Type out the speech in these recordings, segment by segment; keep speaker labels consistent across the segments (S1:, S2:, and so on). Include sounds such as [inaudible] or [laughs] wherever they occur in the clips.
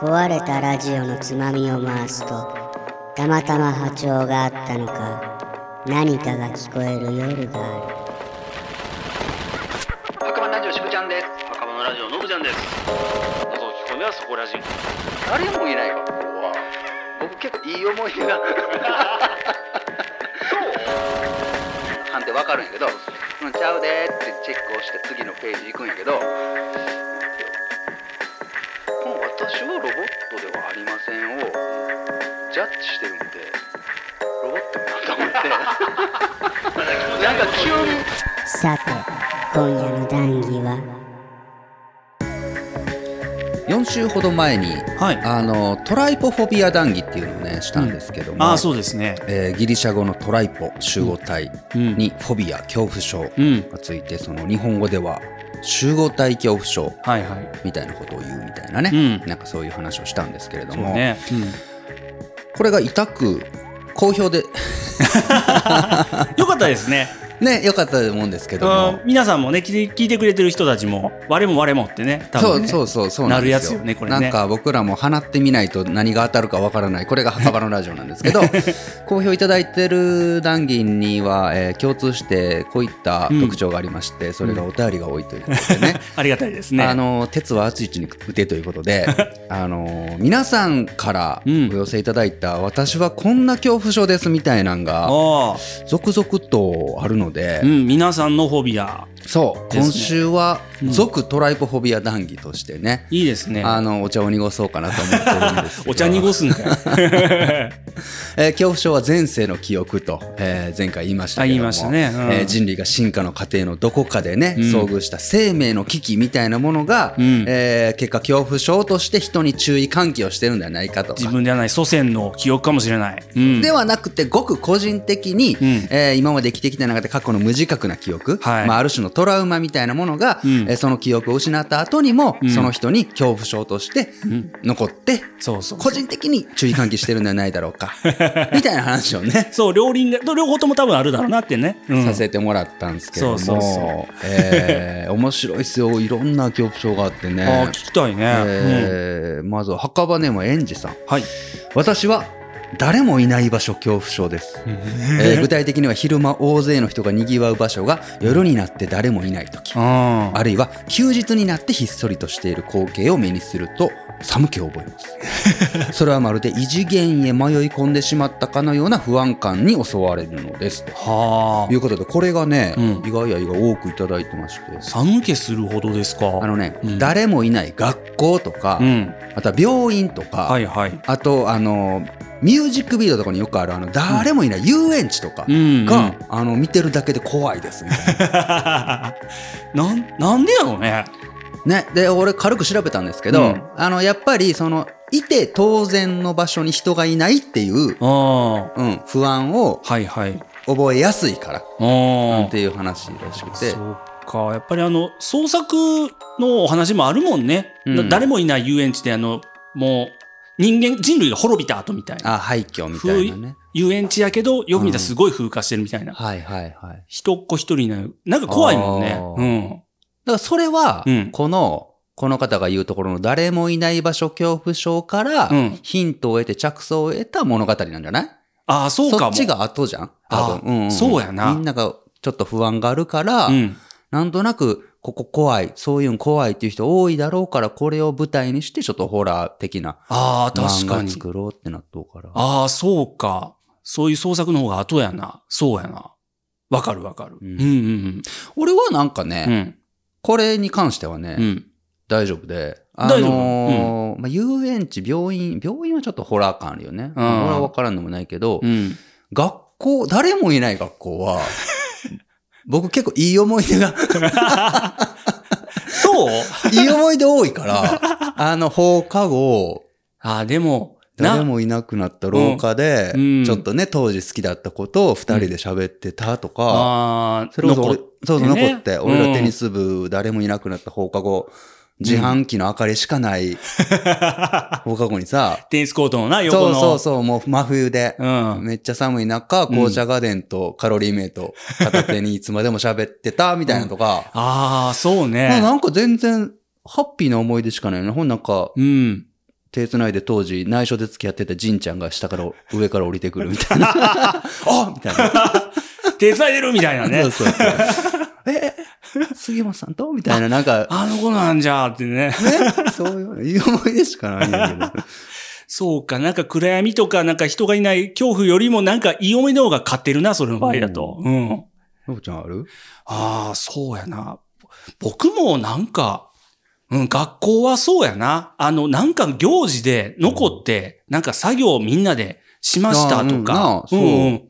S1: 壊れたラジオのつまみを回すとたまたま波長があったのか何かが聞こえる夜がある
S2: 赤マンラジオしぶちゃんです
S3: 赤羽ラジオのぶちゃんです覗き込みはそこラジ
S2: 誰もいないわここは僕結構いい思い出が判定わかるんやけど「うんちゃうで」ってチェックをして次のページ行くんやけどもう私はロボットではありませんをジャッジしてるんでロボットなんだと思って
S3: [laughs]
S2: なんか急に
S1: さて今夜の談義は
S4: 4週ほど前に、
S5: はい
S4: あのトライポフォビア談義っていうのをねしたんですけども、
S5: ああそうですね
S4: えーギリシャ語のトライポ集合体
S5: うん
S4: にフォビア恐怖症
S5: うん
S4: がついて、その日本語では集合体恐怖症
S5: はいはい
S4: みたいなことを言うみたいなね、
S5: うん
S4: なんかそういう話をしたんですけれど
S5: そう
S4: も、
S5: ね、
S4: これが痛く好評で [laughs]
S5: うん、 [laughs] よかったですね
S4: ね良かった [laughs] と思うんですけど
S5: う
S4: も
S5: ん、皆さんもね聞いて聞いてくれてる人たちも我も我もってね多
S4: そ
S5: 分
S4: う
S5: ね
S4: そうそうそうなん
S5: なる
S4: で
S5: や
S4: す
S5: つ
S4: よ
S5: よねこれね
S4: なんか僕らも放ってみないと何が当たるかわからないこれが墓場のラジオなんですけど
S5: [laughs]
S4: 好評いただいてる談義には、えー共通してこういった特徴がありまして、それがお便りが多いということでね
S5: ありがたいです [laughs] ね
S4: あの鉄は熱いうちに打てということ
S5: [laughs]
S4: であの皆さんからお
S5: うん
S4: 寄せいただいた、私はこんな恐怖症ですみたいなんが
S5: ああ
S4: 続々とあるので、
S5: うん皆さんのフォビア
S4: そう
S5: ですね
S4: 今週は「続トライポフォビア談義」としてね、
S5: いいですね
S4: あのお茶を濁そうかなと思ってるんですが
S5: お茶濁すんかい
S4: えー恐怖症は前世の記憶と、えー前回言いましたけども
S5: あ言いましたねうん
S4: えー人類が進化の過程のどこかでね、
S5: うん
S4: 遭遇した生命の危機みたいなものが、
S5: うん
S4: えー結果恐怖症として人に注意喚起をしてるんではないかとか
S5: [laughs] 自分ではない祖先の記憶かもしれない、うん、
S4: ではなくてごく個人的に、
S5: ん
S4: えー今まで生きてきた中で過去の無自覚な記憶、
S5: はい
S4: まあ、ある種のトラウマみたいなものが、
S5: うん
S4: えーその記憶を失った後にも、
S5: うん
S4: その人に恐怖症として残って、
S5: そうそう
S4: 個人的に注意喚起してるんではないだろう
S5: [laughs]
S4: かみたいな話をね
S5: そう両輪が両方とも多分あるだろうなってね、うん
S4: させてもらったんですけれども
S5: そうそうそ
S4: えー面白いですよいろんな恐怖症があってね
S5: ああ聞きたいね、
S4: えーまずは墓場ネームエンジさん
S5: うん、はい
S4: 私は誰もいない場所恐怖症です、えー具体的には昼間大勢の人がにぎわう場所が夜になって誰もいない時
S5: あ
S4: あるいは休日になってひっそりとしている光景を目にすると寒気を覚えます
S5: [laughs]
S4: それはまるで異次元へ迷い込んでしまったかのような不安感に襲われるのですと
S5: あは
S4: いうことでこれがね、
S5: うん
S4: 意外や意外多くいただいてまして
S5: あ寒気するほどですか
S4: あのね、
S5: うん
S4: 誰もいない学校とか、
S5: うん
S4: あとは病院とか、
S5: はいはい
S4: あとあのミュージックビデオとかによくあるあの誰もいない、遊園地とかが、
S5: うんうん
S4: あの見てるだけで怖いですみたい
S5: [laughs] なんなんでやろうね
S4: なね
S5: [laughs]
S4: で俺軽く調べたんですけど、
S5: うん
S4: あのやっぱりそのいて当然の場所に人がいないっていう、
S5: ああ
S4: うん、不安を
S5: はいはい
S4: 覚えやすいから
S5: ああ
S4: っていう話らしくて
S5: そうかやっぱりあの創作のお話もあるもんね、
S4: うん
S5: だ誰もいない遊園地であのもう人間人類が滅びた後みたいな
S4: あ廃墟みたいなね
S5: 遊園地やけどよく見たらすごい風化してるみたいな、
S4: はいはいはいだか
S5: 人っ子一人いないなんか怖いもん
S4: あ
S5: ね
S4: らそれは、
S5: うん
S4: このこの方が言うところの誰もいない場所恐怖症から、
S5: うん
S4: ヒントを得て着想を得た物語なんじゃない
S5: うんああそうか
S4: そ
S5: も
S4: っちが後じゃん多
S5: あ
S4: 分、んん
S5: そうやな
S4: みんながちょっと不安があるから、
S5: うん
S4: なんとなくここ怖いそういうの怖いっていう人多いだろうからこれを舞台にしてちょっとホラー的な
S5: ああ確
S4: 漫
S5: か
S4: 画
S5: に
S4: 作ろうってなっとうから
S5: ああそうかそういう創作の方が後やなそうやなわかるわかる、う、
S4: うんん
S5: うんうん
S4: 俺はなんかね、
S5: うんうん
S4: これに関してはね、大丈夫であの
S5: 大丈夫
S4: ーまあ、遊園地病院病院はちょっとホラー感あるよね、
S5: うん
S4: 俺は分からんでもないけど、
S5: うん
S4: 学校誰もいない学校 [laughs] は僕結構いい思い出が
S5: そう
S4: いい思い出多い
S5: [laughs]
S4: から、あの、放課後、
S5: ああでもな
S4: 誰もいなくなった廊下で、
S5: うんうん
S4: ちょっとね、当時好きだったことを二人で喋ってたとか、
S5: ああ
S4: それこそ俺、そうそう、
S5: ね
S4: 残って、俺
S5: うん
S4: らテニス部、誰もいなくなった放課後、自販機の明かりしか
S5: [laughs]
S4: ない、放課後にさ、
S5: テニスコートのな、横
S4: そう
S5: の。
S4: そうそう、もう真冬で、
S5: うん。
S4: めっちゃ寒い中、紅茶ガーデンとカロリーメイト片手にいつまでも喋ってた、みたいなのとか、
S5: ああ、そう
S4: まあ
S5: ね。
S4: なんか全然、ハッピーな思い出しかないよね。ほんなんか、
S5: うん。
S4: 手繋いで当時、内緒で付き合ってたジンちゃんが下から、上から降りてくるみたいな。 [laughs] あみたいな。
S5: 手伝いでるみたいな
S4: [laughs]
S5: ね
S4: そう。そうそう。え杉本さんとみたいな、なんか、
S5: あの子なんじゃってね。
S4: そういう思い出しかないんだけ [laughs] ど。
S5: そうか、なんか暗闇とか、なんか人がいない恐怖よりも、なんかいい思いの方が勝ってるな、それの場合だと。うん。
S4: のぶちゃんある
S5: ああ、そうやな。僕もなんか、うん、学校はそうやな。あの、なんか行事で残って、なんか作業をみんなでしまし
S4: あ、
S5: たとか
S4: ーうんなあそう
S5: うん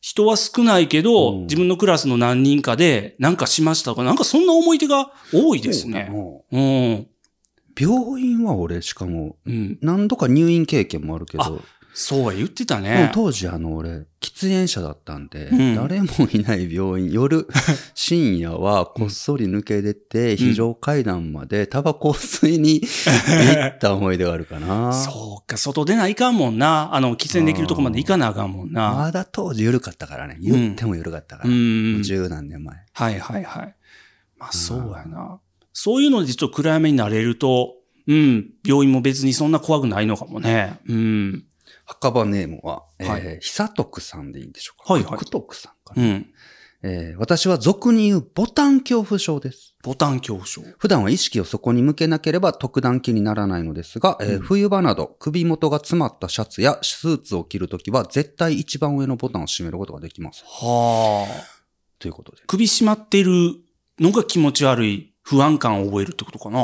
S5: 人は少ないけど、
S4: うん
S5: 自分のクラスの何人かでなんかしましたとか、なんかそんな思い出が多いですね。うん。
S4: 病院は俺、しかも、
S5: うん。
S4: 何度か入院経験もあるけ
S5: あ
S4: ど、
S5: そうや、言ってた
S4: もう
S5: ね。
S4: 当時あの俺、喫煙者だったんで、
S5: うん
S4: 誰もいない病院、夜、
S5: [laughs]
S4: 深夜はこっそり抜け出て、非常階段までタバコを吸いに行った思い出があるかな。
S5: [laughs] そうか、外出ないかんもんな。あの、喫煙できるとこまで行かなあかんもんな。
S4: まだ当時緩かったからね。言っても緩かったか
S5: う
S4: ら。も
S5: ん
S4: う。十何年前。
S5: はいはいはい。まあそうやな。そういうのでちょっと暗闇になれると、うん、病院も別にそんな怖くないのかもね。うん。
S4: 墓場ネームは、えー
S5: は
S4: 久徳さんでいいんでしょうか。
S5: はいはい
S4: 久徳さんか
S5: う
S4: な、
S5: ん。
S4: えー私は俗に言うボタン恐怖症です。
S5: ボタン恐怖症。
S4: 普段は意識をそこに向けなければ特段気にならないのですが、えー冬場など首元が詰まったシャツやスーツを着るときは絶対一番上のボタンを閉めることができます。
S5: はあ。
S4: ということで。
S5: 首締まってるのが気持ち悪い不安感を覚えるってことかな。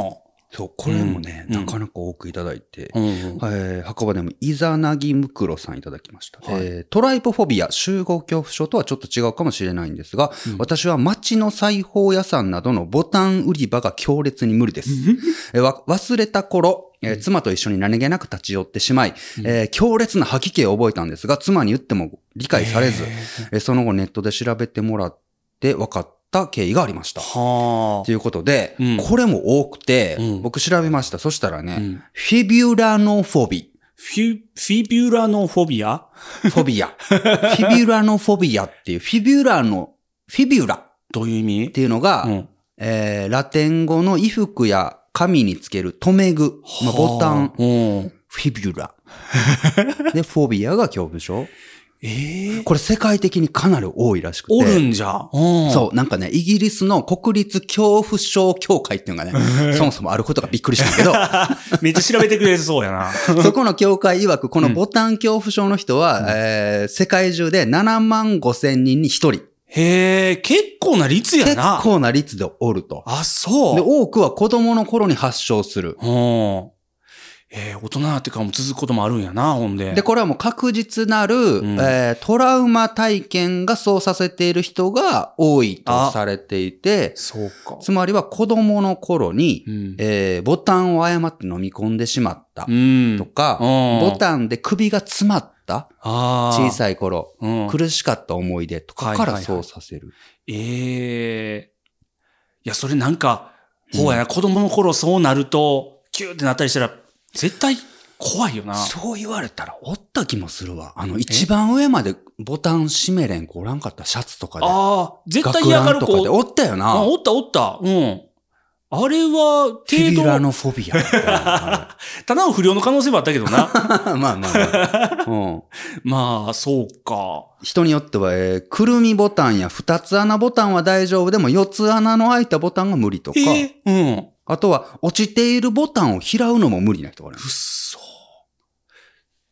S4: そう、これもね、
S5: うん
S4: なかなか多くいただいて、
S5: うん。
S4: えー、墓場でも、イザナギムクロさんいただきました、
S5: はい
S4: えートライポフォビア、集合恐怖症とはちょっと違うかもしれないんですが、私は街の裁縫屋さんなどのボタン売り場が強烈に無理です。えーわ忘れた頃、えー妻と一緒に何気なく立ち寄ってしまい、えー強烈な吐き気を覚えたんですが、妻に言っても理解されず、えーその後ネットで調べてもらって分かった経緯がありました。
S5: は
S4: ということで、
S5: うん
S4: これも多くて、
S5: うん
S4: 僕調べました。そしたらね、
S5: あ。うん。
S4: フィビュラノフォビ。
S5: フィ、フィビュラのフォビア
S4: フォビア。フィビュラのフォビアっていう、フィビュラの、フィビュラっ
S5: どういう意味
S4: ていうのが、
S5: うん。
S4: えー、ラテン語の衣服や髪につける留め具、まあ、ボタン、
S5: うん。
S4: フィビュ
S5: [laughs]
S4: ラ。で、フォビアが恐怖症。
S5: ええ
S4: これ世界的にかなり多いらしくて。
S5: おるんじゃ。うん。
S4: そう、なんかね、イギリスの国立恐怖症協会っていうのが
S5: [laughs]
S4: ね、そもそもあることがびっくりしたんだけど、
S5: めっちゃ調べてくれそうやな。 [laughs]
S4: そこの協会曰く、このボタン恐怖症の人は、えー世界中で7万5千人に1人。
S5: へえ、結構な率や
S4: 結
S5: な。
S4: 構な率でおると。
S5: あ、そう。
S4: で、多くは子供の頃に発症する。
S5: うん。えー、大人になってからも続くこともあるんやな、ほんで。
S4: で、これはもう確実なる、
S5: ん
S4: えートラウマ体験がそうさせている人が多いとされていて、
S5: そうか。
S4: つまりは子供の頃に、
S5: うん。
S4: えーボタンを誤って飲み込んでしまった
S5: うん。
S4: とか、
S5: うん
S4: ボタンで首が詰まった
S5: ああ。
S4: 小さい頃、
S5: うん。
S4: 苦しかった思い出とかからそうさせる。
S5: ええいや、それなんか、ほうやな、子供の頃そうなると、キューってなったりしたら、絶対怖いよな。
S4: そう言われたらおった気もするわ。あの、一番上までボタン閉めれん、こらんかったシャツとかで。
S5: ああ、絶対
S4: 学
S5: 嫌が
S4: ラ
S5: る
S4: ンと
S5: 子。
S4: かでおったよな
S5: あ。おったおった。うん。あれは、程
S4: フィビ
S5: 度
S4: ュラ
S5: は、
S4: のフォビアみたいな。 [laughs]
S5: ただの不良の可能性もあったけどな。
S4: まあまあまあ。うん
S5: まあ、そうか。
S4: 人によっては、えーくるみボタンや二つ穴ボタンは大丈夫でも四つ穴の開いたボタンが無理とか、
S5: ええうん。
S4: あとは落ちているボタンを拾うのも無理な人がいる
S5: くっそ。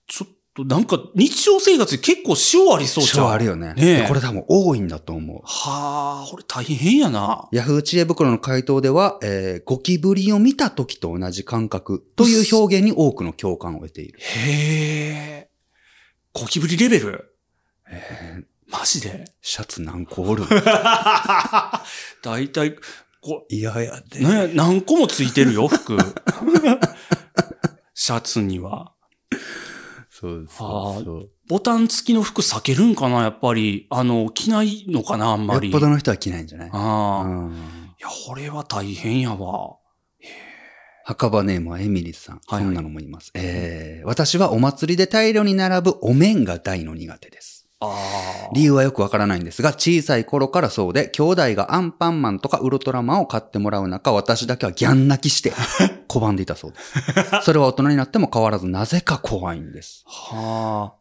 S5: ちょっとなんか日常生活に結構塩ありそうじゃん。
S4: あるよね。
S5: ねえ
S4: これ多分多いんだと思う。
S5: はあ、これ大変やな。
S4: ヤフー知恵袋の回答では、えーゴキブリを見た時と同じ感覚という表現に多くの共感を得ている。
S5: へえ。ゴキブリレベルマ
S4: [laughs]
S5: ジで
S4: シャツ何個おるの
S5: 大体、こ
S4: いやいやで。
S5: ね、何個もついてる
S4: [laughs]
S5: よ、服。シャツには。
S4: そう。
S5: そうそうボタン付きの服避けるんかな、やっぱり。あの、着ないのかな、あん
S4: よ
S5: ま
S4: っ
S5: り。
S4: ぽどの人は着ないんじゃない
S5: ああ、い
S4: うん
S5: や、これは大変やわ。
S4: 墓場ネームはエミリさん。
S5: はいはい
S4: そんなのもいます。えー私はお祭りで大量に並ぶお面が大の苦手です。
S5: あ
S4: 理由はよくわからないんですが、小さい頃からそうで、兄弟がアンパンマンとかウルトラマンを買ってもらう中、私だけはギャン泣き
S5: [laughs]
S4: して、拒んでいたそうです。それは大人になっても変わらず、なぜか怖いんです
S5: あ。。は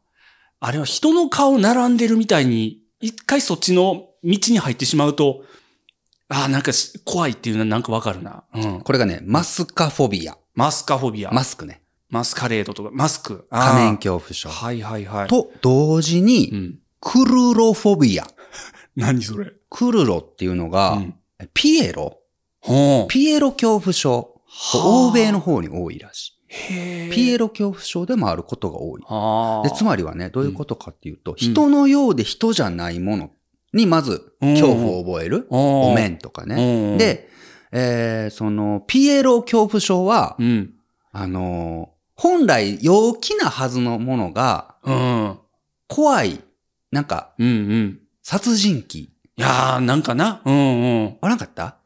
S5: あ。あれは人の顔並んでるみたいに、一回そっちの道に入ってしまうと、ああ、なんかし怖いっていうのはなんかわかるな。うん。
S4: これがね、マスカフォビア。
S5: マスカフォビア。
S4: マスクね。
S5: マスカレードとか、マスク。あー
S4: 仮面恐怖症。
S5: はいはいはい。、
S4: と同時
S5: う
S4: に、
S5: ん。
S4: クルロフォビア。
S5: 何それ。
S4: クルロっていうの
S5: う
S4: が、
S5: ん。
S4: ピエロ
S5: ほう
S4: ピエロ恐怖症。欧米の。方に多いらし
S5: へ
S4: い。ピエ
S5: ロ。
S4: ロ恐怖症でもあることが多い。
S5: はあ。
S4: でつまりはね、どういうことかっていうと、人のようで人じゃないものにまず
S5: うん
S4: 恐怖を覚える。
S5: お
S4: お面とかね。
S5: ね、
S4: で、えーその、ピエロ恐怖症は
S5: う、ん。
S4: あのー本来陽気なはずのものが、
S5: うん。うん
S4: 怖い、なんか、
S5: うん。
S4: 殺人鬼。
S5: いやー、なんかな。うんうん。
S4: あ、なかった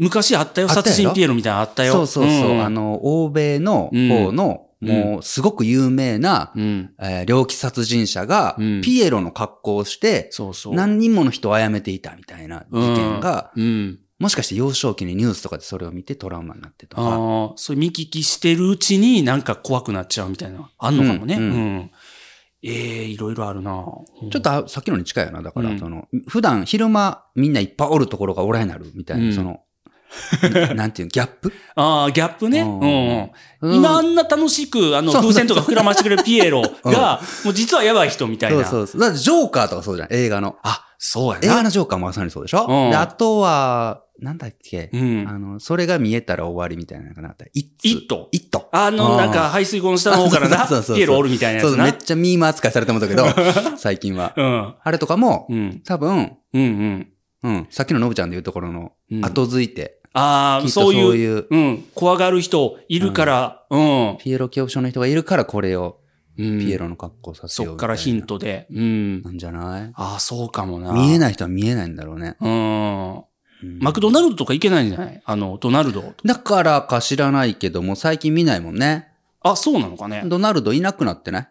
S5: 昔あったよ、
S4: あったやろ
S5: 殺人ピエロみたいなのあったよ。
S4: そうそうそう。
S5: ん
S4: あ、の、欧米の方の、
S5: うん
S4: もう、すごく有名な、
S5: うん。
S4: えー猟奇殺人者が
S5: うん、
S4: ピエロの格好をして、
S5: そうそう。
S4: 何人もの人を殺めていたみたいな事件が、
S5: うん。
S4: もしかして幼少期にニュースとかでそれを見てトラウマになってとか、
S5: ああ、そういう見聞きしてるうちになんか怖くなっちゃうみたいな、あんのかもね。う。
S4: うんんうん
S5: ええいろいろあるな
S4: ちょっとあさっきのに近いよな。だから、
S5: うん
S4: その、普段昼間みんないっぱいおるところがおらへんなるみたいな、
S5: うん
S4: そ
S5: [laughs]
S4: の、なんていうの、ギャップ
S5: ああ、ギャップね。
S4: う
S5: うん
S4: ん
S5: うん。今あんな楽しく、あの、
S4: そう
S5: 風船とか膨らましてくれるピエロが、もう実はやばい人みたい
S4: そ
S5: な。
S4: うそうそう。だってジョーカーとかそうじゃん、映画の。
S5: あ、そう
S4: 映
S5: や
S4: 画
S5: な。
S4: のジョーカーもまさにそうでしょ
S5: うん
S4: で、あとは、なんだっけ
S5: う
S4: あ
S5: ん。
S4: の、それが見えたら終わりみたいなのかなった。イッツ。
S5: イット
S4: イット。
S5: あの、
S4: うん
S5: なんか排水溝の下の方からな
S4: [laughs] そうそうそうそ、う
S5: ピエロおるみたいなや
S4: そう
S5: つ
S4: め
S5: な
S4: っ。ちゃミーム扱いされてもらった
S5: [laughs]
S4: けど、最近は。
S5: うん。
S4: あれとかも、
S5: うん。
S4: 多分、
S5: うんうん。
S4: うん、さっきののぶちゃんで言うところの
S5: うん、
S4: 後付いて、
S5: あ
S4: きっ
S5: あ、
S4: とそう
S5: そういう、
S4: いう、
S5: うん。怖がる人いるから、うん。
S4: ピエロ恐怖症の人がいるからこれを、
S5: ピ
S4: ピエロの格好をさせよう
S5: そっ
S4: みた
S5: か
S4: いな
S5: らヒン。トで。うん。
S4: なんじゃない
S5: ああ、そうかもな。
S4: 見え
S5: い。
S4: ない人は見えないんだろうね。
S5: うん。
S4: うん
S5: マクドナルドとか行けないんじゃないあの、ドナルドと。
S4: だからか知らないけども、最近見ないもんね。
S5: あ、そうなのかね。
S4: ドナルドいなくなってない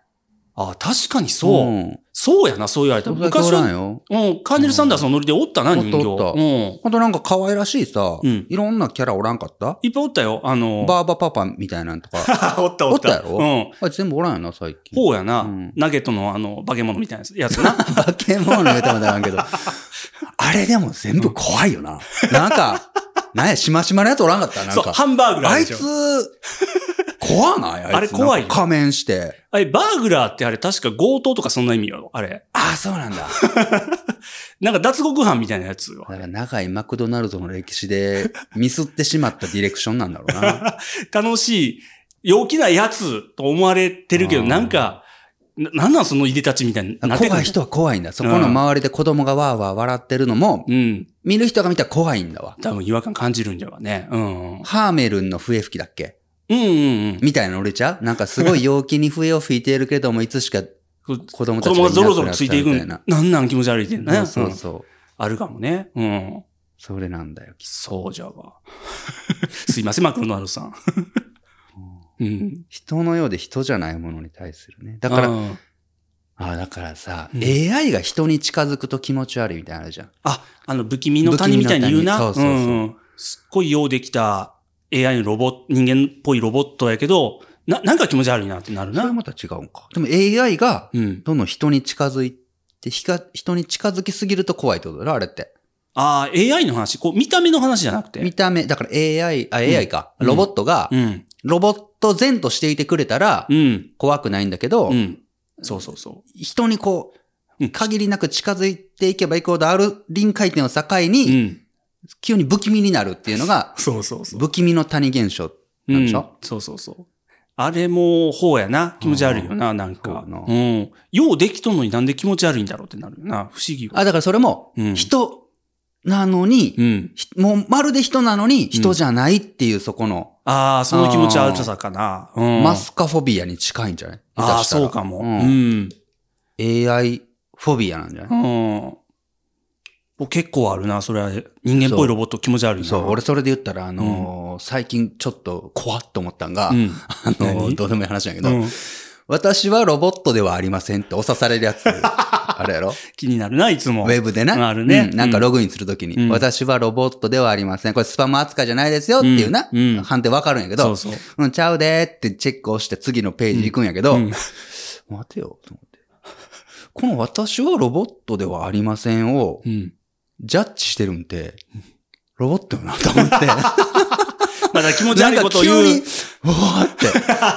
S5: あ、確かにそう。
S4: ん。
S5: そうやな、そう言われたら。
S4: それだけお
S5: 昔
S4: らん
S5: は、
S4: よ。
S5: うん、カーネル・サンダースのノリでおったな、
S4: うん
S5: 人形。
S4: おったおった
S5: うん。
S4: ほんとなんか可愛らしいさ、
S5: うん
S4: いろんなキャラおらんかった
S5: いっぱいおったよ。あの、
S4: バーバパパみたいなんとか。
S5: [laughs] おった
S4: おったやろ
S5: うん。
S4: あ全部おらんよな、最近。
S5: ほうやな、
S4: うん
S5: ナゲットのあの、化け物みたいな
S4: [laughs]
S5: やつな。
S4: 化け物の歌まであんけ
S5: [laughs]
S4: ど。あれでも全部怖いよな。なんか、なんや、しましまのやつおらんかったなん
S5: そう、
S4: か。
S5: ハンバーグラー
S4: あ
S5: で
S4: い
S5: しょ
S4: つ。、怖ない
S5: [laughs] あれ怖い
S4: な
S5: よ
S4: んか仮面して。
S5: あれ、バーグラーってあれ確か強盗とかそんな意味よ、あれ。
S4: ああ、そうなんだ。
S5: なんか脱獄犯みたいなやつよ
S4: だから長いマクドナルドの歴史で [laughs] ミスってしまったディレクションなんだろうな。
S5: 楽しい、陽気なやつと思われてるけど、
S4: あー
S5: なんか、ななんなんその入れたちみたいに [laughs] なってくる
S4: 怖い人は怖いんだ。そこの周りで子供がわーわー笑ってるのも、
S5: うん。
S4: 見る人が見たら怖いんだわ。
S5: 多分違和感感じるんじゃがね。うんうん。
S4: ハーメルンの笛吹きだっけ
S5: うんうん
S4: みたいなの俺ちゃうなんかすごい陽気に笛を吹いているけども、いつしか
S5: うん。
S4: 子供た
S5: 子
S4: ち
S5: 供がゾロゾ
S4: いなくな
S5: ロ
S4: っ
S5: ついていく
S4: みたい
S5: ん
S4: な。
S5: なんなん気持ち悪いってんね。
S4: そうそう
S5: うん
S4: そう。
S5: あるかもね。うん。
S4: それなんだよ。
S5: そうじ
S4: [laughs]
S5: ゃが。すいません、マクロナルドさん。うん。
S4: 人のようで人じゃないものに対するね。だから、
S5: う
S4: あ
S5: ん
S4: あ、だからさ、
S5: うん
S4: AI が人に近づくと気持ち悪いみたいなのあるじゃん。
S5: あ、あの、不気味の谷みたいに言うな。
S4: 不気味の谷そうそうそうん
S5: ん。すっごい用できた AI のロボット、人間っぽいロボットやけど、な、なんか気持ち悪いなってなる
S4: それは
S5: な。
S4: また違うんか。でも AI が
S5: うん。
S4: どんどん人に近づいて、ひか人に近づきすぎると怖いってことだろあれって。
S5: ああ、AI の話、こう、見た目の話じゃなくて。
S4: 見た目、だから AI、あ、
S5: ん
S4: AI か。
S5: うん
S4: ロボットが
S5: う、ん。
S4: ロボット前としていてくれたら
S5: う、ん。
S4: 怖くないんだけど
S5: う、ん。そうそうそ
S4: 人にこ
S5: うん
S4: う、限りなく近づいていけばいくほど、ある臨界点を境
S5: う。う
S4: に、
S5: ん。
S4: 急に不気味になるっていうのが、
S5: そうそうそう。
S4: 不気味の谷現象
S5: う
S4: なんんでしょ、
S5: そうそうそう。あれも、ほうやな。気持ち悪いよな、なん
S4: そうや
S5: か。
S4: な
S5: うん。ようできとんのになんで気持ち悪いんだろうってなるよな。不思議よ。
S4: あ、だからそれも
S5: うん、
S4: 人なのに、
S5: うん。
S4: ひもうまるで人なのに人じゃないっていうそこの、
S5: ああ、その気持ち悪さかな。うん。
S4: マスカフォビアに近いんじゃない
S5: あ
S4: 下
S5: あ、
S4: 手したら
S5: そうかも。
S4: う
S5: うんん。
S4: AI フォビアなんじゃない、
S5: うん。もう結構あるな、それは。人間っぽいロボット気持ち悪いな。
S4: そう、俺それで言ったら、あのー最近ちょっと怖っと思ったんが、
S5: うん。
S4: [laughs] あのー
S5: 何
S4: どうでもいい話なんやけど、
S5: うん。
S4: 私はロボットではありませんって押さされる
S5: [laughs]
S4: やつ。あれやろ
S5: 気になるな、いつも。
S4: ウェブでな。
S5: あるね
S4: うんなんかログインするときに、
S5: うん
S4: 私はロボットではありません。これスパム扱いじゃないですよっていうな。
S5: うんうん
S4: 判定わかるんやけど。
S5: そうそう。
S4: うん、ちゃうでーってチェックをして次のページ行くんやけど、
S5: うんうん
S4: 待てよ、と思って。この私はロボットではありませんを
S5: うん。
S4: ジャッジしてるんて、ロボットよなと思
S5: [laughs]
S4: って。
S5: まだ気持ち
S4: な
S5: 悪
S4: ん
S5: いこ
S4: か
S5: とを
S4: 急
S5: 言う
S4: に、。うわーって、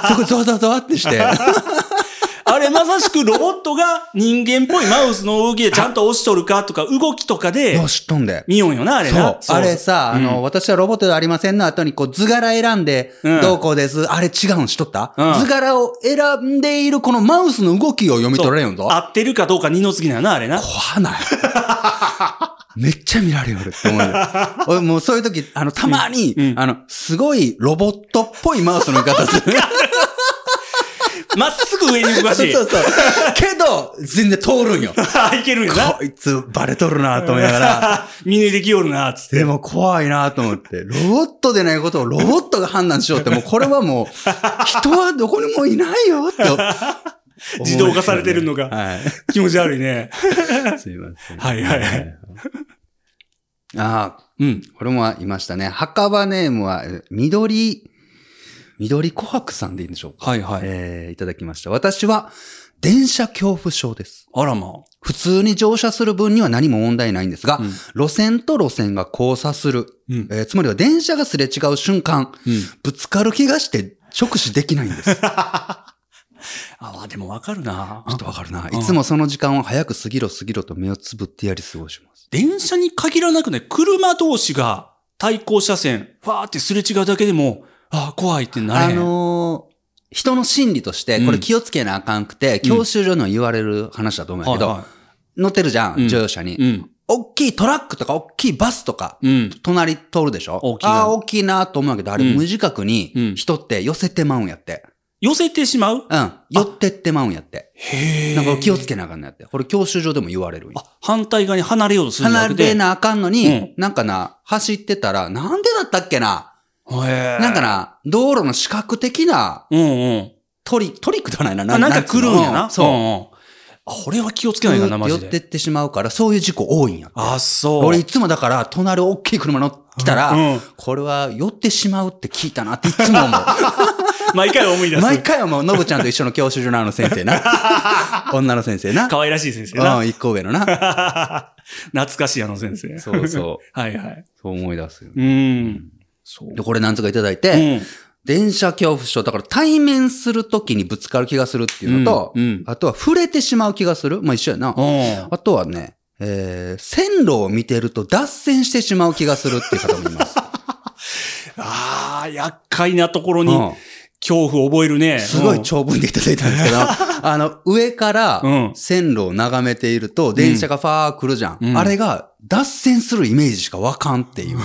S4: そこざわざわざわって
S5: [laughs]
S4: して、
S5: あれまさしくロボットが人間っぽいマウスの動きでちゃんと押しとるかとか動きとかで
S4: よう、知っとんで。
S5: 見よんよな、あれな。
S4: そう。あれさ、あの、私はロボットではありませんの後に、こう、図柄選んで
S5: うん、
S4: どうこうです。あれ違うんしとった、
S5: うん
S4: 図柄を選んでいるこのマウスの動きを読み取られんぞ。
S5: 合ってるかどうか二の次なよな、あれな。
S4: 怖ない。 [laughs] めっちゃ見られよるって思
S5: [laughs]
S4: うよ。俺もうそういう時、あの、たまに、
S5: うんうん
S4: あの、すごいロボットっぽいマウスの言い方す
S5: [laughs]
S4: る。
S5: まっすぐ上に動か
S4: そ
S5: し
S4: う
S5: い。
S4: そうそう。けど、全然通るんよ。
S5: あいけるんよな。
S4: こいつバレとるなと思いながら。
S5: [laughs] 見抜いてきよるな、つって。
S4: でも怖いなと思って、ロボットでないことをロボットが判断しようって、もうこれはもう、
S5: [laughs]
S4: 人はどこにもいないよって。
S5: 自動化されてるのが
S4: はい。
S5: 気持ち悪いね。
S4: すいません。
S5: はいはいはい。
S4: ああ、
S5: うん。
S4: これもいましたね。墓場ネームは、え緑、緑琥珀さんでいいんでしょうか。
S5: はいはい。
S4: えー、いただきました。私は、電車恐怖症です。
S5: あらまあ。
S4: 普通に乗車する分には何も問題ないんですが、
S5: うん
S4: 路線と路線が交差する。
S5: うん。
S4: えーつまりは電車がすれ違う瞬間、
S5: うん。
S4: ぶつかる気がして直視できないん
S5: [laughs]
S4: です。ちょ
S5: ああ、でもわかるな。
S4: っとわかるな。
S5: う
S4: [laughs]
S5: ん
S4: いつもその時間を早く過ぎろ過ぎろと目をつぶってやり過ごします。
S5: 電車に限らなくね、車同士が対向車線、ファーってすれ違うだけでも、ああ、怖いってな
S4: あ
S5: れへん。
S4: のー人の心理として、これ気をつけなあかんくて、
S5: うん
S4: 教習所の言われる話だと思うんや
S5: はい
S4: けど、
S5: は
S4: 乗ってるじゃ
S5: うん
S4: ん、乗用車に。
S5: い。うん。
S4: 大きいトラックとか大きいバスとか、
S5: うん。
S4: 隣通るでしょ
S5: 大きいな
S4: ああ、大きいなと思うんやけど、あれ
S5: うん
S4: 無自覚
S5: うん
S4: に人って寄せてまうんやって。
S5: 寄せてしまう
S4: うん。寄ってってまうんやって。
S5: へ
S4: なんか気をつ
S5: け
S4: けなあかんのやって。これ教習所でも言われるんや。
S5: あ、反対側に離れようとするんじゃな
S4: 離
S5: く
S4: れ
S5: て。
S4: なあかんの
S5: う
S4: に
S5: ん、
S4: なんかな、走ってたら、なんでだったっけな
S5: へー
S4: なんか。な、道路の視覚的な
S5: うんうん。
S4: トリトリックではないな。
S5: あなんか来るんやな。
S4: そうう。
S5: ん
S4: うん
S5: うん。あ、俺は気をつけないかな、マ
S4: 寄
S5: ジ
S4: っ
S5: で。
S4: てってしまうから、そういう事故多いんやって。
S5: あ、そう。
S4: 俺いつもだから、隣大きい車乗ってきたら、
S5: うんうん
S4: これは寄ってしまうって聞いたなっていつも思う。
S5: 毎回思い出す。
S4: 毎回はもう、のぶちゃんと一緒の教習所のあの先生 [laughs] な。女の先生な。
S5: 可愛らしい先生な。
S4: うん、一個上のな。
S5: [laughs] 懐かしいあの先生。
S4: そうそう。
S5: はいはい。
S4: そう思い出すよね。
S5: うん。そう。
S4: で、これ何つかいただいうて、
S5: ん。
S4: 電車恐怖症。だから対面するときにぶつかる気がするっていうのと、
S5: うんうん
S4: あとは触れてしまう気がする。まあ一緒やな。
S5: うん。
S4: あとはね、えー、線路を見てると脱線してしまう気がするっていう方もいます。
S5: ああ、厄介なところに
S4: うん
S5: 恐怖を覚えるね。
S4: すご
S5: う
S4: い
S5: ん
S4: 長文でいただいたんですけど、あの、上から
S5: うん
S4: 線路を眺めていると、電車がファー来るじゃん。
S5: うん
S4: あれが脱線するイメージしかわかんっていう。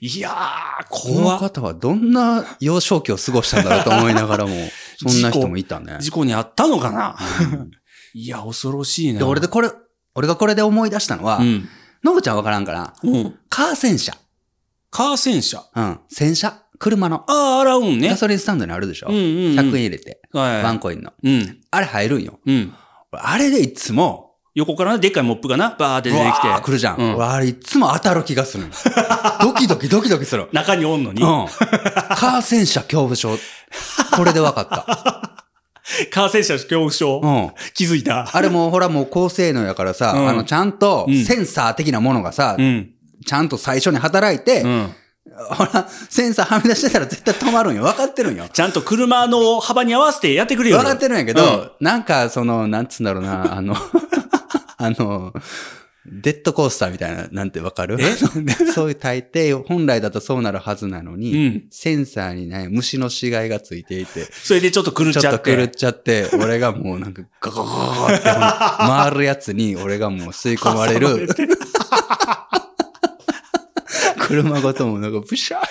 S5: いやー、
S4: この
S5: 怖っ
S4: 方はどんな幼少期を過ごしたんだろうと思いなが
S5: [laughs]
S4: らも、そんな人もいたね。
S5: 事故にあったのかないや、恐ろしい
S4: で、
S5: な。
S4: 俺でこれ、俺がこれで思い出したのは
S5: う、ん。
S4: のぶちゃんわからんから、
S5: うん。
S4: カー洗車。
S5: カー洗車。
S4: うん。洗車。車の。
S5: ああ、洗うんね
S4: ガ。ソリンスタンドにあるでしょ。
S5: うんうん、うん。
S4: 100円入れて。
S5: はい。
S4: ワンコインの。
S5: うん。
S4: あれ入るんよ。
S5: うん。
S4: 俺あれでいつも、
S5: 横からねでっかいモップがな、バーって
S4: 出
S5: 出てきて。
S4: 来るじゃん。
S5: うん
S4: 俺あれいつも当たる気がするの [laughs] ドキドキドキドキする。
S5: 中におんの
S4: うん。
S5: に。
S4: カー戦車恐怖症。これで分か
S5: [laughs]
S4: った。
S5: カー洗車恐怖症。
S4: うん。
S5: 気づいた。
S4: あれもほらもう高性能やからさ、
S5: うん
S4: あのちゃんと
S5: うん
S4: センサー的なものがさ、
S5: うん。
S4: ちゃんと最初に働いて、
S5: うん。
S4: ほら、センサーはみ出してたら絶対止まるんよ。分かってるんよ。
S5: ちゃんと車の幅に合わせてやってくれよ。
S4: 分かってるんやけど、
S5: うん
S4: なんかその、なんつうんだろうな、あの、あの、デッドコースターみたいな、なんてわかる
S5: え
S4: そういう大抵、本来だとそうなるはずなのに、
S5: うん
S4: センサーにね、虫の死骸がついていて、
S5: それでちょっと狂っ
S4: ち
S5: ち
S4: ょ
S5: ゃ
S4: っ
S5: っ。
S4: と狂ってちゃって、俺がもうなんかガガガガガって回るやつに、俺がもう吸い込まれる、車ごともなんかブシャーっ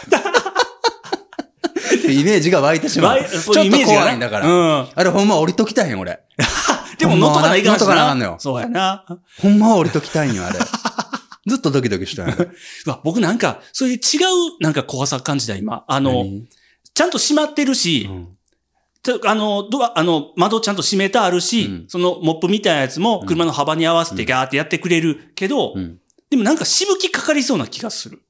S4: てイメージが湧いてしまう。
S5: わい
S4: ちょっ
S5: そういうイメー
S4: と
S5: ジがな
S4: 怖いんだから。
S5: うん。
S4: あれほんま降りときたいん、俺。
S5: でも乗っとかないか
S4: 乗
S5: んし
S4: っとかなあかんのよ
S5: そうやな。
S4: ほんまは降りときたいんよ、あ
S5: [laughs]
S4: れ。ずっとドキドキしたんよ。
S5: うわ僕なんか、そういう違うなんか怖さ感じた、今。あの、
S4: 何
S5: ちゃんと閉まってるし、
S4: うん
S5: ちょあの、ドア、あの、窓ちゃんと閉めてあるし、
S4: うん
S5: そのモップみたいなやつも車の幅に合わせてガーってやってくれるけど、
S4: うん
S5: でもなんかしぶきかかりそうな気がする。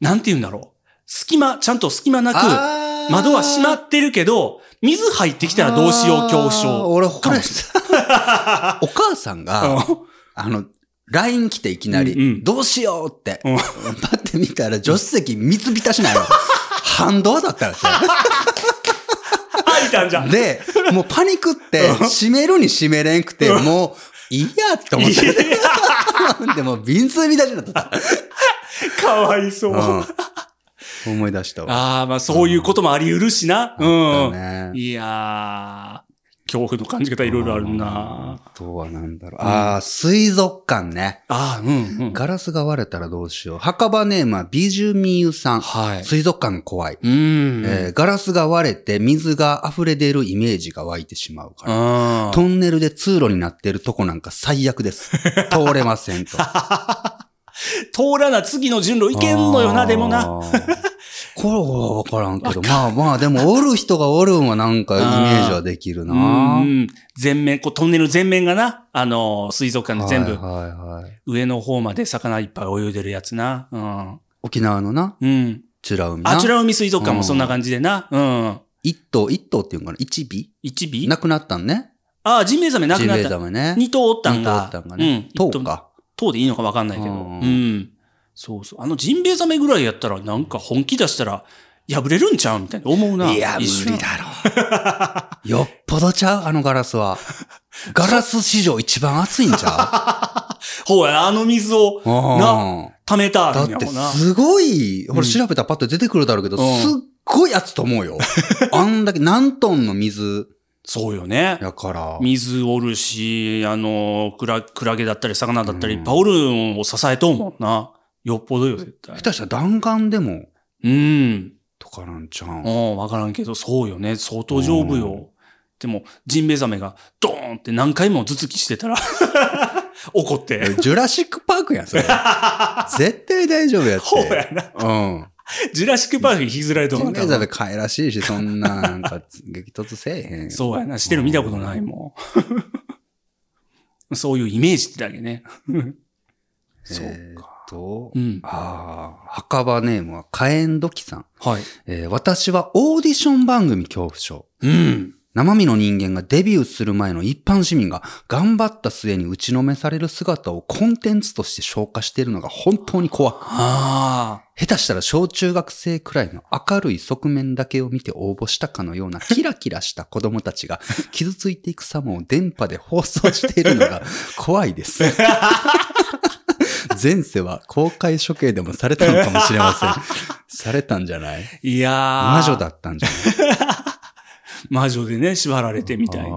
S5: なんて言うんだろう。隙間、ちゃんと隙間なく、
S4: あー
S5: 窓は閉まってるけど、水入ってきたらどうしよう恐怖
S4: あー [laughs]
S5: 症。
S4: 俺、これ、お母さんが、あの、LINE 来ていきなり、
S5: うんうん
S4: どうしようって、
S5: うん
S4: パって見たら助手席三つ浸し
S5: [laughs]
S4: ないの。ハンドアだったんですよ。
S5: 入ったんじゃん。
S4: で、もうパニックって、閉めるに閉めれんくて、もう、いいやと思って。 [laughs] でも、瓶詰みだしになった。
S5: かわいそう。
S4: う
S5: [laughs]
S4: ん思い出したわ。
S5: ああ、まあそういうこともあり得るしな。うん。
S4: だね。
S5: いやー、恐怖の感じ方いろいろあるな。
S4: あとはなんだろう。ああ、水族館ね。
S5: ああ、うん、うん。
S4: ガラスが割れたらどうしよう。墓場ネームはビジュミユさん。
S5: はい。
S4: 水族館が怖い。
S5: うん。
S4: えーガラスが割れて水が溢れ出るイメージが湧いてしまうから。
S5: あ
S4: トンネルで通路になってるとこなんか最悪
S5: [laughs]
S4: です。通れませんと。
S5: 通らな次の順路行けんのよな、でもな。
S4: あー。これはわからんけど、まあまあ、でもおる人がおるんはなんかイメージはできるな
S5: う。ん。全面、こうトンネル全面がな、あのー、水族館の全部、
S4: はいはいはい。
S5: 上の方まで魚いっぱい泳いでるやつな。うん。
S4: 沖縄のな、
S5: うん。
S4: チュラウミな。
S5: あちら海水族館もそんな感じでな。うん。
S4: 一頭、一頭っていうのかな一尾
S5: 一尾
S4: なくなったんね。
S5: ああ、ジンベエザメなく
S4: ジン
S5: な
S4: ベ
S5: っ
S4: エ
S5: た
S4: ザ。メね。
S5: 二頭おったん
S4: が
S5: が。
S4: ったんが
S5: うん
S4: ね。。頭
S5: 一頭
S4: か。
S5: 塔でいいのか分かんないけど。
S4: うん
S5: うん。そうそう。あのジンベエザメぐらいやったら、なんか本気出したら、破れるんちゃうみたいな思うな。
S4: いや、無
S5: 一瞬
S4: 理だ
S5: [laughs]
S4: ろ。よっぽどちゃうあのガラスは。ガラス史上一番熱いんちゃ
S5: ほうや、あの水を、 [laughs]
S4: う
S5: な、
S4: うん
S5: 溜めた
S4: だ
S5: ん
S4: っ
S5: や
S4: て
S5: もんな。
S4: すごい、
S5: う
S4: 俺
S5: ん
S4: 調べたらパッと出てくるだろうけど、
S5: うん
S4: すっごいやつと思う
S5: [laughs]
S4: よ。あんだけ何トンの水
S5: そうよね。
S4: やから。
S5: 水おるし、あの、クラ、クラゲだったり魚だったり、いっぱいおるんを支えとうもんな。よっぽどよ、絶対
S4: 下。手したら弾丸でも、
S5: うん。
S4: とかなんちゃうん。
S5: うん、わからんけど、そうよね。相当丈夫
S4: うん
S5: よ。でも、ジンベエザメがドーンって何回も頭突きしてたら、 [laughs] 怒って。
S4: ジュラシックパークやん、
S5: [laughs]
S4: それ。絶対大丈夫やって。
S5: ほうやな。
S4: うん。
S5: ジュラシックパークに引きずられた
S4: ジ
S5: も
S4: ン
S5: ん
S4: ベエザメ可愛ら
S5: [laughs]
S4: しいし、そんな、なんか、激突せえへん。
S5: そうやな。してるの見たことないもん。 [laughs] そういうイメージってだけね。そう
S4: えーっと、
S5: うん。
S4: ああ、墓場ネームは火炎土器さん。
S5: はい。
S4: えー私はオーディション番組恐怖症。
S5: うん。
S4: 生身の人間がデビューする前の一般市民が頑張った末に打ちのめされる姿をコンテンツとして消化しているのが本当に怖く、
S5: ああ。
S4: 下手したら小中学生くらいの明るい側面だけを見て応募したかのようなキラキラした子供たちが傷ついていく様を電波で放送しているのが怖いです。前世は公開処刑でもされたのかもしれません。されたんじゃない
S5: いやー
S4: 魔女。だったんじゃない
S5: 魔女でね、縛られてみたいな。
S4: な。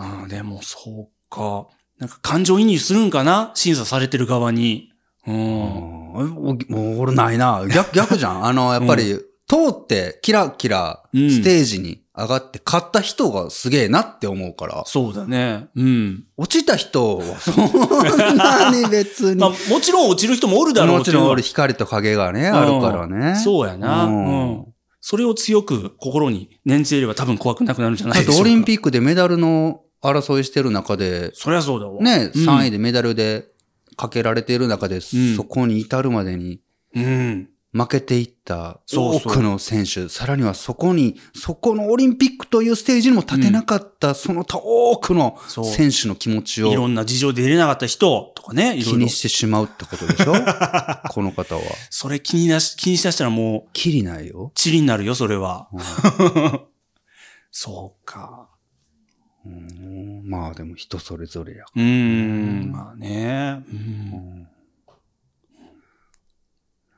S5: ああ、でも、そうか。なんか感情移入するんかな審査されてる側に。うん。
S4: うんえおもう俺ないな。逆、逆じゃん。あの、やっぱり、通って、キラキラ、
S5: うん
S4: ステージに上がって、買った人がすげえなって思うから、
S5: そうだね。うん。
S4: 落ちた人は、そんなに別に。
S5: まあ、もちろん落ちる人もおるだろう
S4: もちろん、
S5: お
S4: 俺、光と影がね、あるからね。
S5: そうやな。
S4: う
S5: うんん。それを強く心に念じていれば多分怖くなくなるんじゃな
S4: だ
S5: い
S4: っ
S5: でしょう
S4: て、
S5: か。
S4: オリンピックでメダルの争いしてる中で、
S5: そりゃそうだわ。
S4: ね、
S5: うん
S4: 3位でメダルでかけられている中で、
S5: ん
S4: そこに至るまでに、
S5: うん。
S4: 負けていった
S5: そう
S4: 多
S5: そう
S4: くの選手、さらにはそこに、そこのオリンピックというステージにも立てなかった、その他多くの
S5: そう
S4: 選手の気持ち
S5: いろ
S4: を
S5: んな事情で出れなかった人とかね、いろ
S4: 気
S5: いろ
S4: に。してしまうってことで
S5: [laughs]
S4: しょこの方は。
S5: それ気になし、気にしだしたらもう、
S4: きりないよ。
S5: チリになるよ、それは。そうか。
S4: うんまあでも人それぞれや。
S5: うーん、まあね。うん。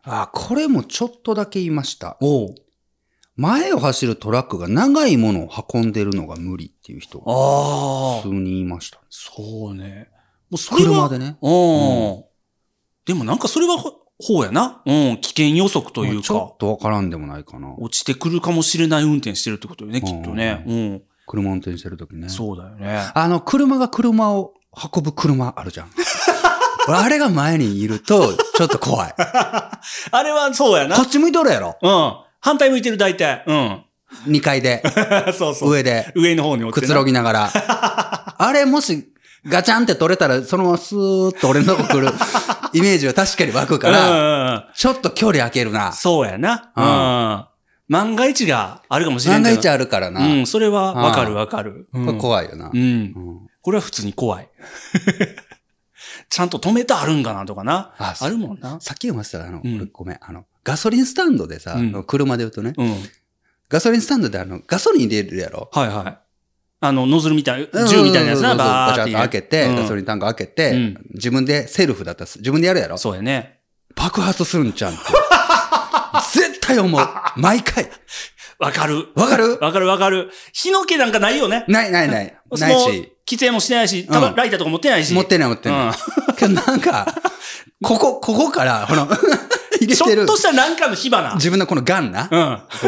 S4: あ、これもちょっとだけ言いました。
S5: おう
S4: 前を走るトラックが長いものを運んでるのが無理っていう人が
S5: あ
S4: 普通
S5: あ、
S4: に言いました。
S5: そうね。もうそれ
S4: 車
S5: は
S4: でね。
S5: うん。でもなんかそれはほ、ほうやな。うん、危険予測とい
S4: まあ
S5: う
S4: ちょ
S5: か
S4: っ、とわからんでもないかな。
S5: 落ちてくるかもしれない運転してるってことよね、きっとね。うん。
S4: 車運転してるときね。
S5: そうだよね。
S4: あの、車が車を運ぶ車ある
S5: [laughs]
S4: じゃん。俺あれが前にいると、ちょっと怖い。こ
S5: あれはそうやな。
S4: っち向いとるやろ。
S5: うん。反対向いてる、大体。うん。 [laughs]
S4: 2階で、
S5: そうそう。
S4: 上で、
S5: 上の方に落ち
S4: く
S5: て
S4: つろぎなが
S5: [laughs]
S4: ら。あれ、もし、ガチャンって取れたら、そのままスーッと俺のとこ
S5: [laughs]
S4: 来るイメージは確かに湧くか、
S5: からら。
S4: ちょっと距離空けるな。
S5: そうや
S4: う
S5: な。うん。万が一があるかもしれ
S4: 万
S5: ん
S4: が
S5: けど。
S4: 一あるからな。
S5: うん、それはわかるわかる。う
S4: これ
S5: ん
S4: 怖いよな
S5: う。ん
S4: う。ん
S5: これは普通に怖い。 [laughs] ちゃんと止めたあるんかなとかな。
S4: あ
S5: あ
S4: そう
S5: るもんな。
S4: さっき言いましたら、あの、
S5: うん
S4: 俺ごめん、あの、ガソリンスタンドでさ、
S5: うん
S4: 車で言うとね、
S5: うん。
S4: ガソリンスタンドであの、ガソリン入れるやろ。
S5: はいはい。あの、ノズルみたい、銃みたいなやつ
S4: う
S5: な、
S4: んそうそう
S5: バ
S4: ガチ
S5: ー
S4: ャ
S5: っ
S4: ッと開
S5: て
S4: けて、
S5: うん
S4: ガソリンタンク開けて、
S5: うん
S4: 自分でセルフだったら自分でやるやろ。
S5: そうやね。
S4: 爆発するんちゃうんって
S5: [laughs]
S4: 絶対思う。毎回。
S5: わかる。
S4: わかる
S5: わかるわかる。火の気なんかないよね。
S4: ないないない。
S5: そ
S4: な
S5: の
S4: いし。
S5: 規制もしてないし、たば
S4: うん
S5: ライターとか持ってないし。
S4: 持ってない持ってない。けどなんか、ここ、ここから、
S5: [laughs]
S4: この、入
S5: うん。
S4: れ
S5: ちょ
S4: て
S5: っ
S4: る
S5: と、したなんかの火花。
S4: 自分のこのガンな、
S5: うん。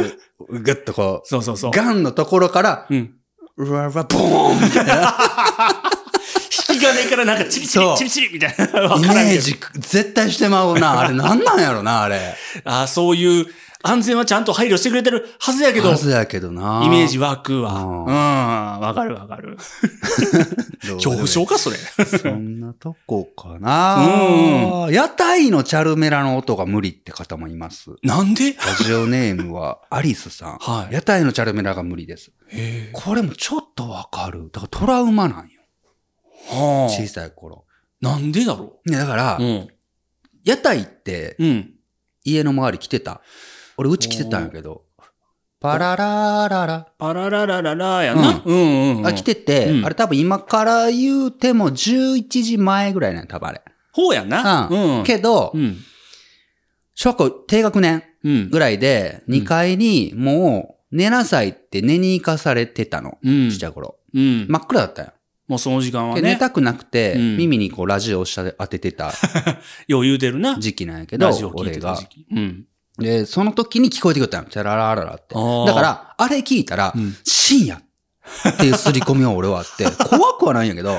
S4: こうグッとこ、
S5: そうそうそうう。
S4: ガンのところから、
S5: うん。
S4: うわうわ、ボーンみたいな。
S5: 引き金からなんかチリチ
S4: そ
S5: リ、
S4: う
S5: チリチリみたいな。わ
S4: イ
S5: からん
S4: メー
S5: けど。
S4: ジ絶対してまうな。あれなんなんやろな、あれ。
S5: ああ、そういう、安全はちゃんと配慮してくれてるはずやけど
S4: は、ずやけどな。
S5: イメージ湧くわ。
S4: う
S5: うんん。わかるわかる。
S4: どうで
S5: 恐
S4: もいい
S5: 怖症
S4: [laughs]
S5: か、それ。
S4: そんなとこかな。屋台のチャルメラの音が無理って方もいます。
S5: なんで
S4: ラジオネームはアリスさん。
S5: はい
S4: 屋台のチャルメラが無理です。これもちょっとわかる。だからトラウマなんよ。
S5: は
S4: 小さい頃。
S5: あ。なんでだろ
S4: ねだから、
S5: う。うん。
S4: 屋台って
S5: うん。
S4: 家の周り来てた。俺、うち来てたんやけど。パララララ。
S5: パラララララやな。うんうんうん。
S4: あ、来てて、
S5: うん
S4: あれ多分今から言うても11時前ぐらいなんや多分あれ。
S5: ほうやな。
S4: うん。
S5: うん。
S4: けど、
S5: うん。
S4: 小学校低学年
S5: うん
S4: ぐ。らいで、
S5: ん
S4: 2階にもう寝なさいって寝に行かされてたの。
S5: うん
S4: ちっちゃい頃。
S5: うん。
S4: 真っ暗だったよ。
S5: もうその時間は
S4: で
S5: ね
S4: 寝、たくなくて、
S5: うん
S4: 耳にこうラジオを下で当ててた
S5: 余裕出るな。
S4: 時期なんやけど
S5: ラジオ、聞い
S4: 俺
S5: てた
S4: が
S5: 時。期。うん。
S4: で、その時に聞こえてくるたの。チャララララって。
S5: あー
S4: だから、あれ聞いたら、
S5: うん
S4: 深夜っていう刷り込みは俺はあ
S5: [laughs]
S4: って、怖くはないんやけど、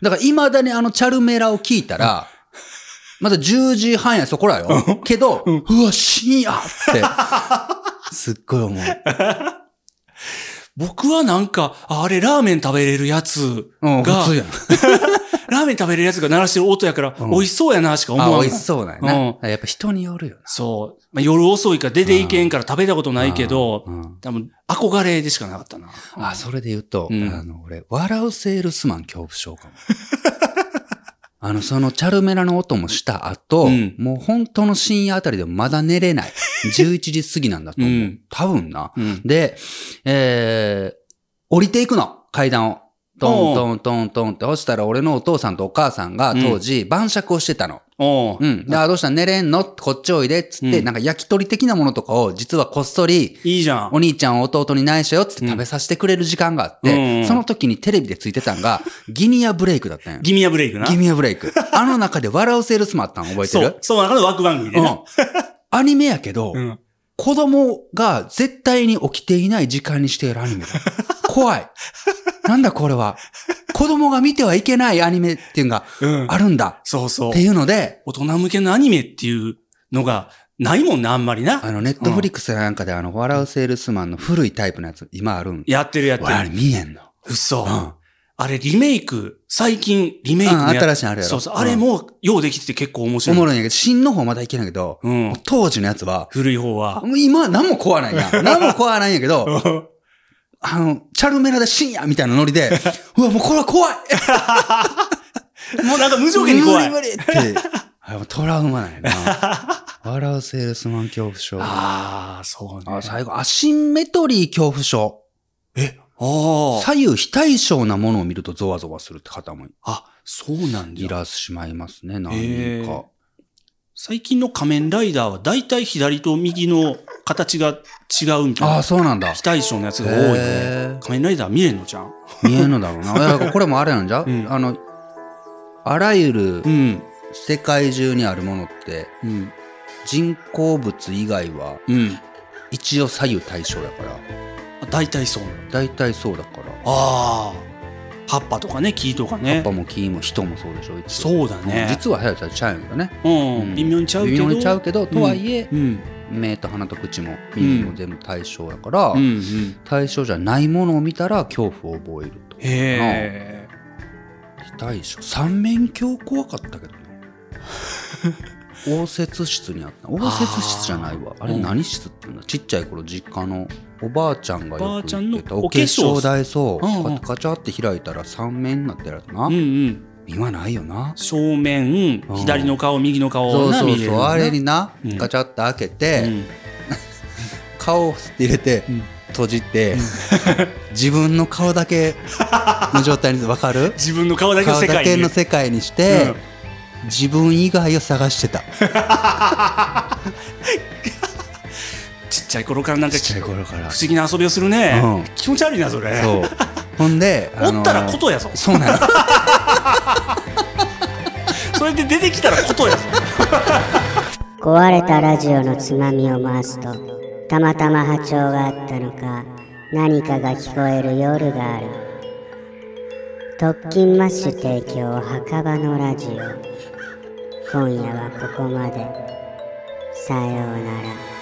S4: だから未だにあのチャルメラを聞いたら、まだ10時半やそこらよ。けど、うわ、深夜
S5: [laughs]
S4: って、すっごい思う。
S5: 僕はなんか、ああれラーメン食べれるやつ
S4: うん、
S5: が、
S4: 普通やん。
S5: ラーメン食べれるやつが鳴らしてる音やから、美味しそうやなしか思わ
S4: あ、
S5: ない。
S4: 美味しそうなんやな。
S5: うん
S4: だからやっぱ人によるよな。
S5: そう。まあ、夜遅いから出ていけんから食べたことないけど
S4: う、ん
S5: 多分憧れでしかなかったな。
S4: あ、それで言うと、
S5: うん
S4: あの、俺、笑うセールスマン恐怖症かも。 [laughs] あの、そのチャルメラの音もした後、
S5: うん
S4: もう本当の深夜あたりでもまだ寝れない。11時過ぎなんだと思う。
S5: うん
S4: 多分な。
S5: うん。
S4: で、えー、降りていくの、階段を。トントントントンって。そしたら俺のお父さんとお母さんが当時晩酌をしてたの。
S5: おう
S4: うん。で、あ、どうした寝れんのこっちおいでっつって、
S5: うん
S4: なんか焼き鳥的なものとかを実はこっそり、
S5: いいじゃん。
S4: お兄ちゃん弟に内緒よっつって食べさせてくれる時間があって、
S5: うん
S4: その時にテレビでついてたん
S5: [laughs]
S4: が、ギニアブレイクだったんよ。
S5: ギミアブレイクな。
S4: ギニアブレイク。あの中で笑うセールスマンあったん覚えて
S5: そう
S4: る。
S5: その中の枠番組で
S4: う
S5: な。
S4: ん。アニメやけど、
S5: うん。
S4: 子供が絶対に起きていない時間にしているアニメだ。怖い。なんだこれは。子供が見てはいけないアニメっていうのが
S5: うん。
S4: あるんだ。
S5: そうそう
S4: って。いうので、
S5: 大人向けのアニメっていうのがないもんな、あんまり
S4: あ
S5: な。
S4: の、ネットフリックスなんかであの、笑うセールスマンの古いタイプのやつ、今あるん。
S5: やってるやって
S4: 俺あれ
S5: る。
S4: 見えんの。
S5: 嘘。
S4: ん
S5: あれリメイク、最近リメイクのや
S4: うん新しいのあるやろ
S5: そうそう。あれも、ようできてて結構面
S4: お
S5: 白い。
S4: もろいんやけど、新の方まだいけないけど、
S5: うん。
S4: 当時のやつは、
S5: 古い方は。
S4: もう今は何も怖ないや
S5: [laughs]
S4: ん。何も怖ないんやけど、あの、チャルメラで深夜みたいなノリ
S5: [laughs]
S4: で、うわ、もうこれは怖い
S5: もうなんか無条件に怖い。
S4: 無理無理って。
S5: [laughs]
S4: あれもうトラウマなんやな。笑うセールスマン恐怖症。
S5: ああ、そうね。
S4: あ最後、アシンメトリー恐怖症。
S5: あ
S4: 左右非対称なものを見るとゾワゾワするって方も
S5: あ。あ、そうなん
S4: い
S5: だ。
S4: らっしまいますね、何
S5: へ
S4: 人か
S5: ー。最近の仮面ライダーは大体左と右の形が違うみたい
S4: あ
S5: な
S4: あ、。そうなんだ
S5: 非。対称のやつが多い
S4: へ
S5: ね
S4: ー。
S5: 仮面ライダー見れんのじゃん。
S4: 見えんのだろうな。だからこれもあれなんじゃ、
S5: ん
S4: あの、あらゆる
S5: うん。
S4: 世界中にあるものって、
S5: うん。
S4: 人工物以外は
S5: うん。
S4: 一応左右対称やから
S5: あ大体そうなの。
S4: 大体そうだから
S5: ああ。葉っぱとかね、木とか
S4: 葉
S5: ね
S4: っぱ。も木も人もそうでしょ一応
S5: そうだね。
S4: 実は早いちゃうちゃうんやけどね
S5: うん。微妙にちゃうけ
S4: 微
S5: ど。
S4: 妙にちゃうけどとはいえ、
S5: うん。
S4: 目と鼻と口も耳も全部対象やから、
S5: うんうん。
S4: 対象じゃないものを見たら恐怖を覚えると
S5: へえ。
S4: 非対称三面鏡怖かったけどね応接室にあ
S5: [laughs]
S4: った応接室じゃないわ
S5: あー
S4: あれ何室っていうんだちっちゃい頃実家のおばあちゃんが
S5: おば
S4: よ
S5: あ
S4: く
S5: ちゃ
S4: 行
S5: んの
S4: ってた
S5: お
S4: お
S5: 化
S4: 化
S5: 粧
S4: 粧台そう
S5: うんうん
S4: カチャって開いたら三面になってるやつな、
S5: うんうん。
S4: 今ないよな
S5: 正面、
S4: うん
S5: 左の顔、右の顔
S4: そう
S5: な
S4: そう
S5: 見れる
S4: そう
S5: よな
S4: あれにな、
S5: うん
S4: ガチャッと開け
S5: う
S4: て、
S5: ん
S4: [laughs] 顔を入れて、
S5: うん
S4: 閉じて、 [laughs] 自分の顔だけの状態に分かる
S5: 自分の顔だけの
S4: 顔
S5: 世
S4: だ
S5: 界に
S4: け
S5: いる
S4: の世界にして、自分以外を探してた
S5: ちっちゃい頃からなんか
S4: ちっちゃい頃から
S5: 不思議な遊びをするね、
S4: うん
S5: 気持ち悪いなそれ
S4: そうほんで、
S5: おったらことやぞ
S4: そうなの
S5: それで出てきたらことやぞ
S1: 壊れたラジオのつまみを回すとたまたま波長があったのか何かが聞こえる夜がある特勤マッシュ提供墓場のラジオ今夜はここまでさようなら